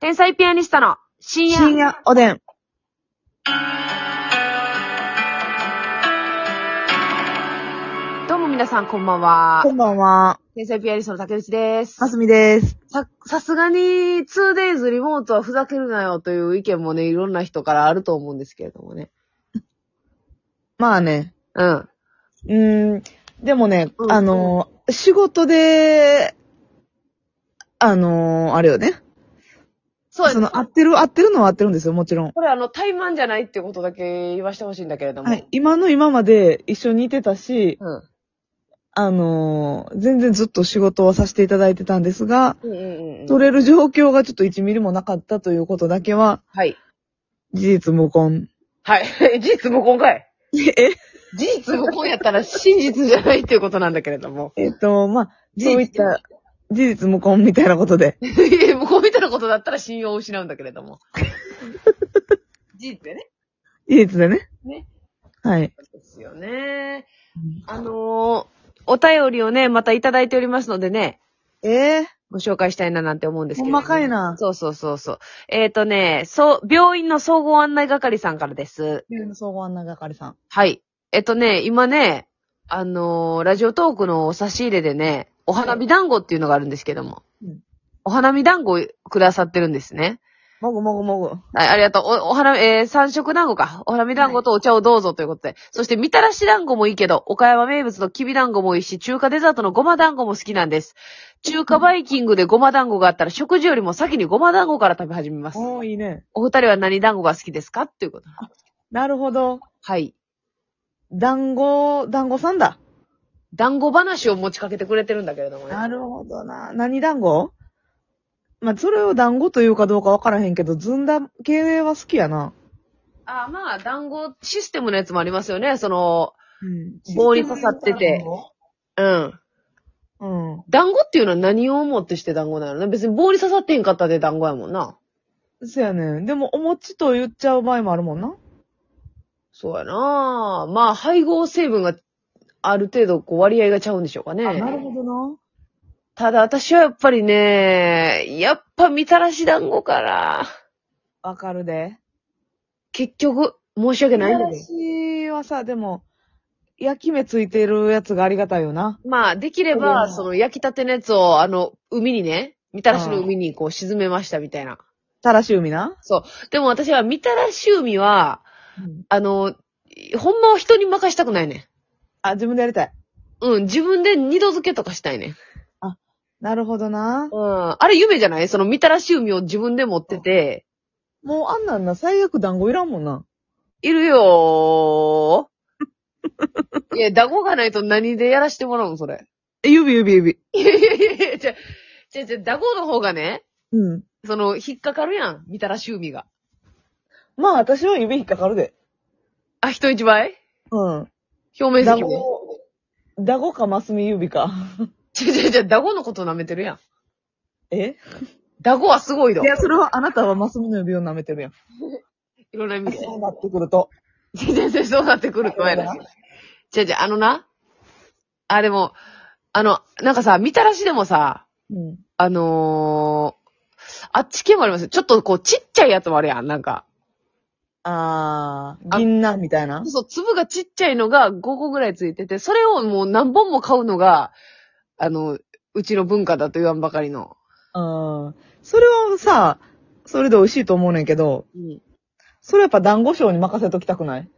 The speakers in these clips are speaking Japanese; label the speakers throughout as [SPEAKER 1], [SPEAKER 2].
[SPEAKER 1] 天才ピアニストの深
[SPEAKER 2] 深
[SPEAKER 1] 夜。
[SPEAKER 2] 夜おでん。
[SPEAKER 1] どうも皆さんこんばんは
[SPEAKER 2] こ。んばんは。
[SPEAKER 1] 天才ピアニストの竹内です。
[SPEAKER 2] ますみです。
[SPEAKER 1] さ、さすがに 2days リモートはふざけるなよという意見もね、いろんな人からあると思うんですけれどもね。
[SPEAKER 2] まあね。
[SPEAKER 1] うん。
[SPEAKER 2] うーん。でもね、
[SPEAKER 1] うん
[SPEAKER 2] あのー、仕事で、あのー、あれよね。
[SPEAKER 1] そうです。
[SPEAKER 2] その、合ってる、合ってるのは合ってるんですよ、もちろん。
[SPEAKER 1] これあの、怠慢じゃないってことだけ言わしてほしいんだけれども。
[SPEAKER 2] はい。。今の今まで一緒にいてたし、
[SPEAKER 1] うん。
[SPEAKER 2] あのー、全然ずっと仕事はさせていただいてたんですが、
[SPEAKER 1] うんうんうん。
[SPEAKER 2] 取れる状況がちょっと1ミリもなかったということだけは、
[SPEAKER 1] はい。
[SPEAKER 2] 事実無 根。
[SPEAKER 1] はい。事実無根かい。
[SPEAKER 2] え
[SPEAKER 1] 事実無根やったら真実じゃないっていうことなんだけれども。
[SPEAKER 2] えっと、まあ、
[SPEAKER 1] 事実
[SPEAKER 2] そういった、事実無根みたいなことで。
[SPEAKER 1] いや、無根みたいなことだったら信用を失うんだけれど も。事実でね。
[SPEAKER 2] 事実でね。
[SPEAKER 1] ね。
[SPEAKER 2] はい。
[SPEAKER 1] ですよね。あのーお便りをね、またいただいておりますのでね、
[SPEAKER 2] ええ
[SPEAKER 1] ご紹介したいななんて思うんですけれども。
[SPEAKER 2] 細かいな
[SPEAKER 1] そうそうそうそう。えっ、とね、そう、病院の総合案内係さんからです。
[SPEAKER 2] ビルの総合案内係さん。
[SPEAKER 1] はい。えっ、とね、今ね、あのーラジオトークのお差し入れでね、お花見団子っていうのがあるんですけども。
[SPEAKER 2] うん
[SPEAKER 1] お花見団子をくださってるんですね。
[SPEAKER 2] もぐもぐもぐ。
[SPEAKER 1] はい、ありがとう。お、お花、えー、三色団子か。お花見団子とお茶をどうぞということで。そして、みたらし団子もいいけど、岡山名物のきび団子もいいし、中華デザートのごま団子も好きなんです。中華バイキングでごま団子があったら、食事よりも先にごま団子から食べ始めます。
[SPEAKER 2] おー、いいね。
[SPEAKER 1] お二人は何団子が好きですかということ。
[SPEAKER 2] なるほど。
[SPEAKER 1] はい。
[SPEAKER 2] 団子、団子さんだ。
[SPEAKER 1] 団子話を持ちかけてくれてるんだけれどもね。
[SPEAKER 2] なるほどな。何団子まあ、それを団子というかどうかわからへんけど、ずんだ系は好きやな。
[SPEAKER 1] あ、まあ、団子システムのやつもありますよね。その、
[SPEAKER 2] うん
[SPEAKER 1] 棒に刺さってて。うん。
[SPEAKER 2] うん。
[SPEAKER 1] 団子っていうのは何を思ってして団子なのね。別に棒に刺さってへんかったで団子やもんな。
[SPEAKER 2] そやねん。でも、お餅と言っちゃう場合もあるもんな。
[SPEAKER 1] そうやなぁ。まあ、配合成分が、ある程度、こう、割合がちゃうんでしょうかね。
[SPEAKER 2] ほどな。
[SPEAKER 1] ただ、私はやっぱりね、やっぱ、みたらし団子から、
[SPEAKER 2] わかるで。
[SPEAKER 1] 結局、申し訳ないんだけど。
[SPEAKER 2] 私はさ、でも、焼き目ついてるやつがありがたいよな。
[SPEAKER 1] まあ、できれば、その、焼きたてのやつを、あの、海にね、みたらしの海に、こう、沈めましたみたいな。
[SPEAKER 2] たらし海な。
[SPEAKER 1] でも私は、みたらし海は、あの、ほんまは人に任したくないね
[SPEAKER 2] あ、自分でやりたい。
[SPEAKER 1] ん。うん、自分で二度漬けとかしたいねん。
[SPEAKER 2] なるほどな。
[SPEAKER 1] うん。あれ夢じゃないその、みたらし海を自分で持ってて、
[SPEAKER 2] もうあんなんな、最悪団子いらんもんな。
[SPEAKER 1] いるよー。い や、ダゴがないと何でやらしてもらうのそれ。
[SPEAKER 2] え、指指指。
[SPEAKER 1] いやいやいやいや、じゃあ、じゃあ、じゃあ、ダゴの方がね、
[SPEAKER 2] うん。
[SPEAKER 1] その、引っかかるやん。みたらし海が。
[SPEAKER 2] まあ私は指引っかかるで。
[SPEAKER 1] あ、人一倍
[SPEAKER 2] うん。
[SPEAKER 1] 表面
[SPEAKER 2] 団
[SPEAKER 1] 積も。
[SPEAKER 2] 子、団子かマスミ指か。
[SPEAKER 1] じゃあじゃあじゃあ、ダゴのこと舐めてるやん。
[SPEAKER 2] え
[SPEAKER 1] ダゴはすごいだ
[SPEAKER 2] い。や、それはあなたはマスミの指を舐めてるやん。
[SPEAKER 1] いろんな意味で
[SPEAKER 2] そ。うなってくると。
[SPEAKER 1] 全然そうなってくると思うやな。じゃあじゃあ、あのな。あ、でも、あの、なんかさ、みたらしでもさ、
[SPEAKER 2] うん。
[SPEAKER 1] あのー、あっち系もありますよ。ちょっとこう、ちっちゃいやつもあるやん。なんか。
[SPEAKER 2] あー、
[SPEAKER 1] あ
[SPEAKER 2] 銀杏みたいな。
[SPEAKER 1] そう、粒がちっちゃいのが5個ぐらいついてて、それをもう何本も買うのが、あの、うちの文化だと言わんばかりの。
[SPEAKER 2] うん。それはさ、それで美味しいと思うねんけど、それやっぱ団子賞に任せときたくない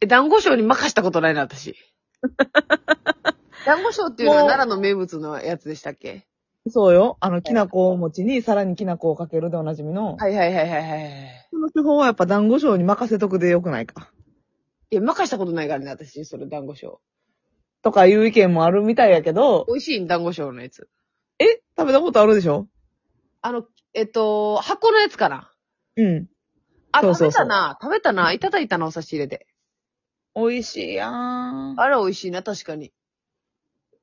[SPEAKER 1] え、団子賞に任したことないな、 私。団子賞っていうのは
[SPEAKER 2] もう
[SPEAKER 1] 奈良の名物のやつでしたっけ
[SPEAKER 2] そうよ。あの、きなこ餅にさらにきなこをかけるでおなじみの。
[SPEAKER 1] はいはいはいはいはい。
[SPEAKER 2] その手法はやっぱ団子賞に任せとくでよくないか。
[SPEAKER 1] いや、任したことないからね、私、それ団子賞。
[SPEAKER 2] とかいう意見もあるみたいやけど、
[SPEAKER 1] 美味しいん、団子賞のやつ。
[SPEAKER 2] え食べたことあるでしょ
[SPEAKER 1] あの、えっと、箱のやつかな。
[SPEAKER 2] うん。
[SPEAKER 1] あ、
[SPEAKER 2] そうそ
[SPEAKER 1] 食べ
[SPEAKER 2] うそう
[SPEAKER 1] たな、食べたな、いただいたな、お差し入れで。
[SPEAKER 2] 美味しいやん。
[SPEAKER 1] あれ美味しいな、確かに。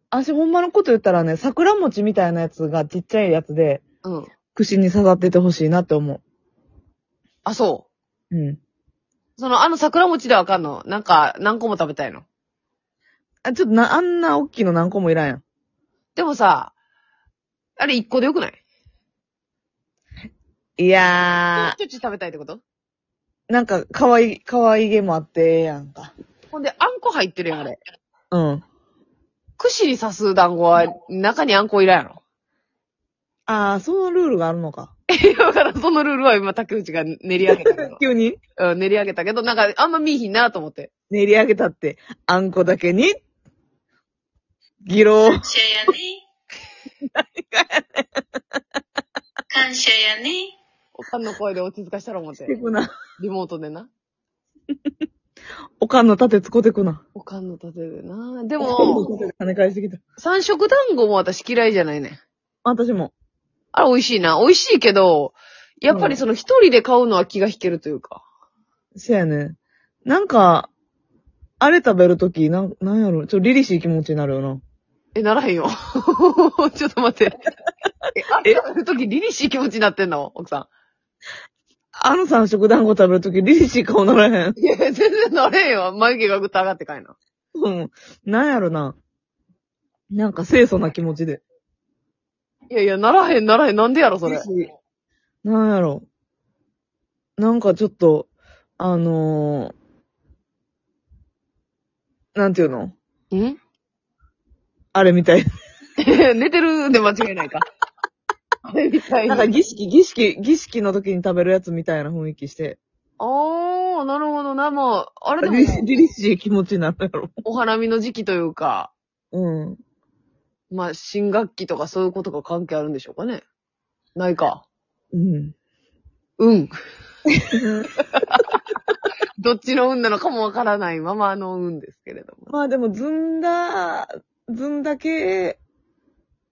[SPEAKER 2] 私ほんまのこと言ったらね、桜餅みたいなやつがちっちゃいやつで、
[SPEAKER 1] うん。
[SPEAKER 2] 串に刺さっててほしいなって思
[SPEAKER 1] あ、そう。
[SPEAKER 2] う。うん。
[SPEAKER 1] その、あの桜餅ではあかんのなんか、何個も食べたいの。
[SPEAKER 2] あ、ちょっとな、あんな大きいの何個もいらんやん。
[SPEAKER 1] でもさ、あれ一個でよくない
[SPEAKER 2] いや
[SPEAKER 1] ちょち食べたいってこと
[SPEAKER 2] ー、なんか、かわいい、かわいげもあって、ええやんか。
[SPEAKER 1] ほんで、あんこ入ってるやん、あれ。
[SPEAKER 2] うん。
[SPEAKER 1] 串に刺す団子は、中にあんこいらんやろ。
[SPEAKER 2] あー、そのルールがあるのか。。
[SPEAKER 1] え、だからそのルールは今、竹内が練り上げたけど
[SPEAKER 2] 急に
[SPEAKER 1] うん、練り上げたけど、なんか、あんま見いひんなと思って。
[SPEAKER 2] 練り上げたって、あんこだけに、議 論。
[SPEAKER 3] 感謝やね。感謝やね。
[SPEAKER 1] おかんの声で落ち着かしたら思って
[SPEAKER 2] て。くな。
[SPEAKER 1] リモートでな。
[SPEAKER 2] おかんの盾つこてくな。
[SPEAKER 1] おかんの盾でな。で
[SPEAKER 2] おかん
[SPEAKER 1] も、
[SPEAKER 2] の盾が跳ね返してきた。
[SPEAKER 1] 三色団子も私嫌いじゃないねん。
[SPEAKER 2] 私も。
[SPEAKER 1] あれ美味しいな。美味しいけど、やっぱりその一人で買うのは気が引けるというか。
[SPEAKER 2] せやね。なんか、あれ食べるとき、なん、なんやろ、ちょ、りりしい気持ちになるよな。
[SPEAKER 1] え、ならへんよ。 ちょっと待って。え、あれ食べるとき凛々しい気持ちになってんの奥さ
[SPEAKER 2] あの三色団子食べるとき、りりしい顔ならへん。
[SPEAKER 1] ん。いや、全然なれへんよ。眉毛がぐっと上がってかいな。
[SPEAKER 2] うん。なんやろな。なんか清楚な気持ちで。
[SPEAKER 1] いやいや、ならへん、ならへん。なんでやろ、それ。
[SPEAKER 2] なんやろ。なんかちょっと、あのー、なんていうの
[SPEAKER 1] ん
[SPEAKER 2] あれみたい。
[SPEAKER 1] 寝てるで間違いないか。あれみたい
[SPEAKER 2] な。
[SPEAKER 1] なん
[SPEAKER 2] か儀式、儀式、儀式の時に食べるやつみたいな雰囲気して。
[SPEAKER 1] あー、なるほどな。まあ、あれでも
[SPEAKER 2] リ、リしい気持ちになったやろ。
[SPEAKER 1] お花見の時期というか、
[SPEAKER 2] うん。
[SPEAKER 1] まあ、新学期とかそういうことが関係あるんでしょうかね。ないか。
[SPEAKER 2] うん。
[SPEAKER 1] うん。 どっちの運なのかもわからないままの運ですけれども。
[SPEAKER 2] まあでも、ずんだ、ずんだ系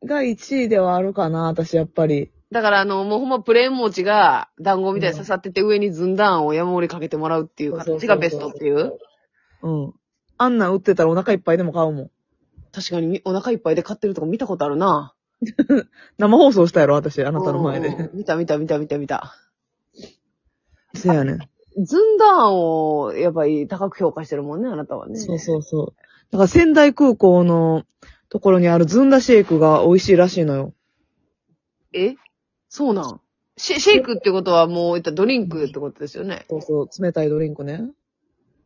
[SPEAKER 2] が1位ではあるかな、私やっぱり。
[SPEAKER 1] だからあの、もうほんまプレーン餅が団子みたいに刺さってて上にずんだあんを山盛りかけてもらうっていう形がベストっていう。
[SPEAKER 2] うん。あんなん売ってたらお腹いっぱいでも買うもん。
[SPEAKER 1] 確かにみお腹いっぱいで買ってるとこ見たことあるな。
[SPEAKER 2] 生放送したやろ、私、あ
[SPEAKER 1] あ
[SPEAKER 2] なたの前 で。。
[SPEAKER 1] 見た見た見た見た見た。
[SPEAKER 2] せやねん。
[SPEAKER 1] ずんだあんをやっぱり高く評価してるもんね、あなたはね。
[SPEAKER 2] そうそうそう。だから仙台空港のところにあるずんだシェイクが美味しいらしいのよ。
[SPEAKER 1] えそうなんシェシェイクってことはもういったらドリンクってことですよね。
[SPEAKER 2] そうそう、冷たいドリンクね。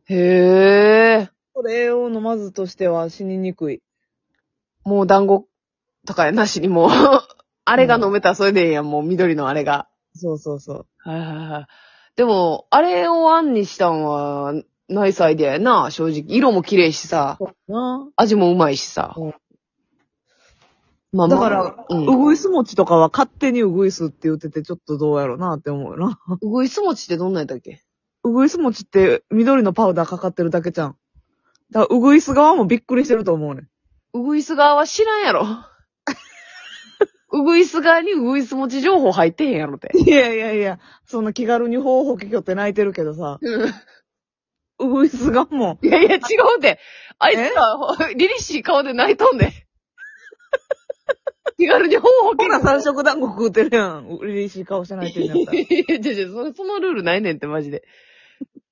[SPEAKER 1] へえ。
[SPEAKER 2] これを飲まずとしては死ににくい。
[SPEAKER 1] もう団子とかやなしにもう あれが飲めたらそれでええやん、もう緑のあれが。
[SPEAKER 2] そうそうそう。
[SPEAKER 1] はいはいはい。でも、あれをあんにしたんは、ナイスアイデアやな、正直。色も綺麗しさ、
[SPEAKER 2] な
[SPEAKER 1] 味もうまいしさ。
[SPEAKER 2] うん
[SPEAKER 1] まあ
[SPEAKER 2] だから、
[SPEAKER 1] う
[SPEAKER 2] うんぐいす餅とかは勝手にうぐいすって言っててちょっとどうやろうなって思うよな。
[SPEAKER 1] うぐいす餅ってどんなんやったっけ
[SPEAKER 2] うぐいす餅って緑のパウダーかかってるだけじゃん。だからうぐいす側もびっくりしてると思うねん。
[SPEAKER 1] うぐいす側は知らんやろ。うぐいす側にうぐいす餅情報入ってへんやろって。
[SPEAKER 2] いやいやいや、そんな気軽にほうほききょって泣いてるけどさ、うぐいす側も、
[SPEAKER 1] いやいや、違うで。あいつら、りりしい顔で泣いとんで。気軽に本を
[SPEAKER 2] ほ
[SPEAKER 1] け
[SPEAKER 2] ら三色団子食うてるやん。嬉しい顔して泣いてるんやったら。い
[SPEAKER 1] いやいやいやそそのルールないねんって、マジで。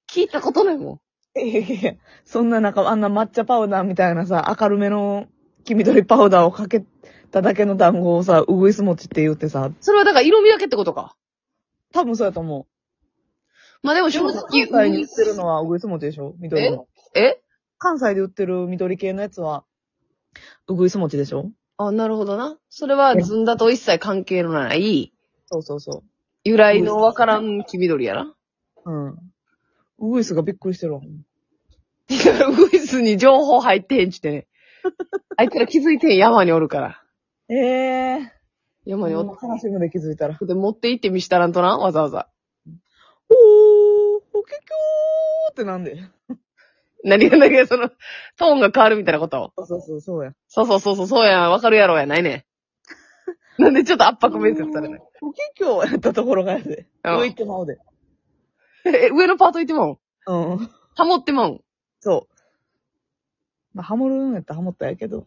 [SPEAKER 1] 聞いたことないも
[SPEAKER 2] やいやいや、そんななんかあんな抹茶パウダーみたいなさ、明るめの黄緑パウダーをかけただけの団子をさ、うぐいす餅って言ってさ、
[SPEAKER 1] ん。それはだから色味だけってことか。
[SPEAKER 2] 多分そうやと思う。
[SPEAKER 1] まあでも
[SPEAKER 2] で
[SPEAKER 1] 正
[SPEAKER 2] も
[SPEAKER 1] 直、
[SPEAKER 2] 関西に売ってるのはうぐいす餅でしょ緑の。
[SPEAKER 1] え
[SPEAKER 2] 関西で売ってる緑系のやつは、うぐいす餅でしょ
[SPEAKER 1] あ、なるほどな。それはずんだと一切関係のない、
[SPEAKER 2] そうそうそ
[SPEAKER 1] 由来のわからん黄緑やな。
[SPEAKER 2] う。うん。うぐいすがびっくりしてるわ。
[SPEAKER 1] だからウグイスに情報入ってへんちってね。あいつら気づいてへん山におるから。
[SPEAKER 2] ええ
[SPEAKER 1] 山におっ
[SPEAKER 2] ー。悲しむで気づいたら。
[SPEAKER 1] て、持って行って見したらんとな、わざわざ。
[SPEAKER 2] おー、ほけきょーってなんで。
[SPEAKER 1] 何が、何が、その、トーンが変わるみたいなこと。
[SPEAKER 2] そうそうそう、そうや。
[SPEAKER 1] そうそうそうそう、そうやん、わかるやろやないね ん。なんでちょっと圧迫面接されない。
[SPEAKER 2] お結局やったところがやで。
[SPEAKER 1] うん
[SPEAKER 2] 上行ってまうで。
[SPEAKER 1] え、上のパート行ってまうん。
[SPEAKER 2] うん。
[SPEAKER 1] ハモってまうん。
[SPEAKER 2] そう。まあ、ハモるんやったらハモったんやけど。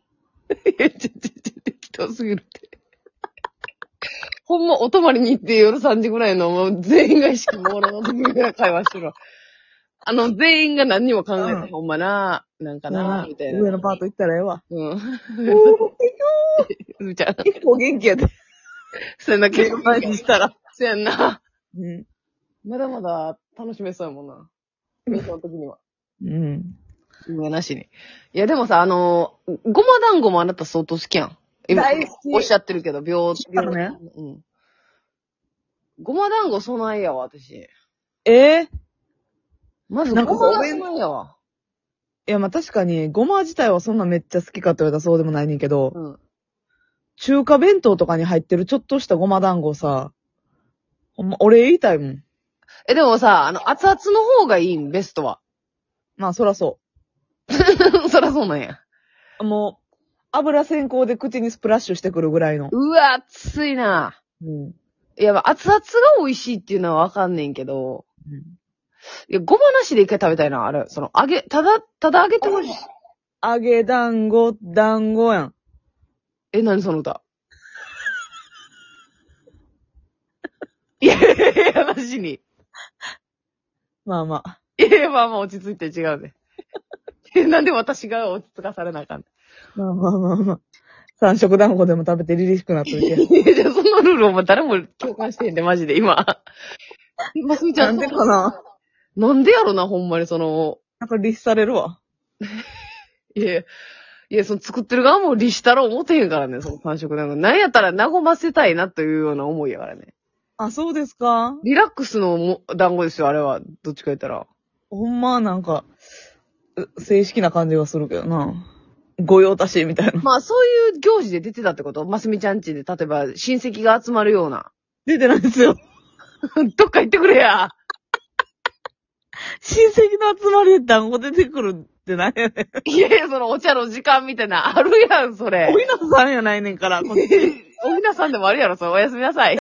[SPEAKER 1] え、ちょ、ちょ、ちょ、適当すぎるって。 ほんま、お泊まりに行って夜3時ぐらいの、もう全員が意識朦朧の時ぐらい会話してるわあの、全員が何にも考えて、
[SPEAKER 2] うん
[SPEAKER 1] ほんまな、なんかな、みたいな。
[SPEAKER 2] 上のパート行ったらええ わ。
[SPEAKER 1] うん。
[SPEAKER 2] おー、ほけ
[SPEAKER 1] うーちゃん、
[SPEAKER 2] きょー結構元気やで。
[SPEAKER 1] それだけ、
[SPEAKER 2] 前にしたら。
[SPEAKER 1] そやんな。
[SPEAKER 2] うん。
[SPEAKER 1] まだまだ楽しめそうやもんな。瞑想の時には。
[SPEAKER 2] うん。
[SPEAKER 1] 夢なしに。いや、でもさ、あのー、ごま団子もあなた相当好きやん。今
[SPEAKER 2] 大好き
[SPEAKER 1] おっしゃってるけど、病、
[SPEAKER 2] あ
[SPEAKER 1] 病
[SPEAKER 2] のね。
[SPEAKER 1] うん。ごま団子備えやわ、私。
[SPEAKER 2] ええ
[SPEAKER 1] まず、ご
[SPEAKER 2] なんか
[SPEAKER 1] まが
[SPEAKER 2] お弁
[SPEAKER 1] 備えやわ。
[SPEAKER 2] いや、まあ、確かに、ごま自体はそんなめっちゃ好きかって言われたらそうでもないねんけど、
[SPEAKER 1] うん。
[SPEAKER 2] 中華弁当とかに入ってるちょっとしたごま団子さ、ほんま、俺言いたいもん。
[SPEAKER 1] え、でもさ、あの、熱々の方がいいん、ベストは。
[SPEAKER 2] まあ、そらそ
[SPEAKER 1] そらそうなんや。
[SPEAKER 2] う。もう、油先行で口にスプラッシュしてくるぐらいの。
[SPEAKER 1] うわ、熱いな。
[SPEAKER 2] うん。
[SPEAKER 1] いや、まあ熱々が美味しいっていうのはわかんねんけど、
[SPEAKER 2] うん
[SPEAKER 1] いや、ごまなしで一回食べたいな、あれ。その、揚げ、ただ、ただ揚げてほしい。
[SPEAKER 2] 揚げ団子、団子やん。
[SPEAKER 1] え、何その 歌
[SPEAKER 2] いやいや
[SPEAKER 1] いや、マジに。
[SPEAKER 2] まあまあ。
[SPEAKER 1] いや、まあまあ落ち着いて違うね。えなんで私が落ち着かされなあかん
[SPEAKER 2] まあまあまあまあ。三色団子でも食べて凛々しくなっとい て。
[SPEAKER 1] いや、じゃあそのルールお前誰も共感してへんで、マジで、今。ますみちゃん、
[SPEAKER 2] かな
[SPEAKER 1] なんでやろな、ほんまに、その、
[SPEAKER 2] なんか律されるわ。
[SPEAKER 1] いや、いや、その作ってる側も律したろ思ってへんからね、その感触なんか。なんやったら和ませたいなというような思いやからね。
[SPEAKER 2] あ、そうですか
[SPEAKER 1] リラックスのも団子ですよ、あれは。どっちか言ったら。
[SPEAKER 2] ほんま、なんか、う正式な感じがするけどな。御用達みた いな。
[SPEAKER 1] まあ、そういう行事で出てたってことますみちゃんちで、例えば親戚が集まるような。
[SPEAKER 2] 出てないですよ。
[SPEAKER 1] どっか行ってくれや。
[SPEAKER 2] 親戚の集まりで団子出てくるってなんやねん。
[SPEAKER 1] いやいや、そのお茶の時間みたいな、あるやん、それ
[SPEAKER 2] お。稲さんやないねんから、こっち
[SPEAKER 1] おひなさんでもあるやろ、それ。おやすみなさい。